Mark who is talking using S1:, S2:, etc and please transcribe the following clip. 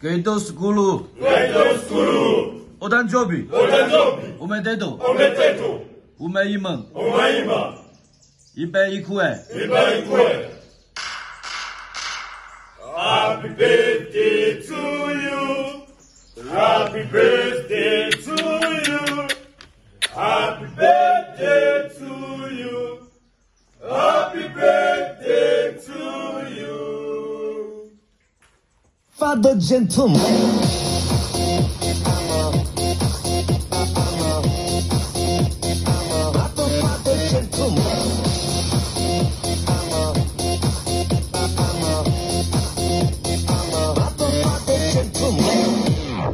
S1: Gaidos Gulu,
S2: Gaidos Gulu,
S1: Odanjobi,
S2: Odanjobi,
S1: Umededo,
S2: Ometeto,
S1: Umeiman,
S2: Omaima,
S1: Ibe Ikue.
S2: Ibaikwe. Happy birthday to you. Happy birthday to you. Happy birthday to you. Happy birthday to you.
S3: Father gentleman.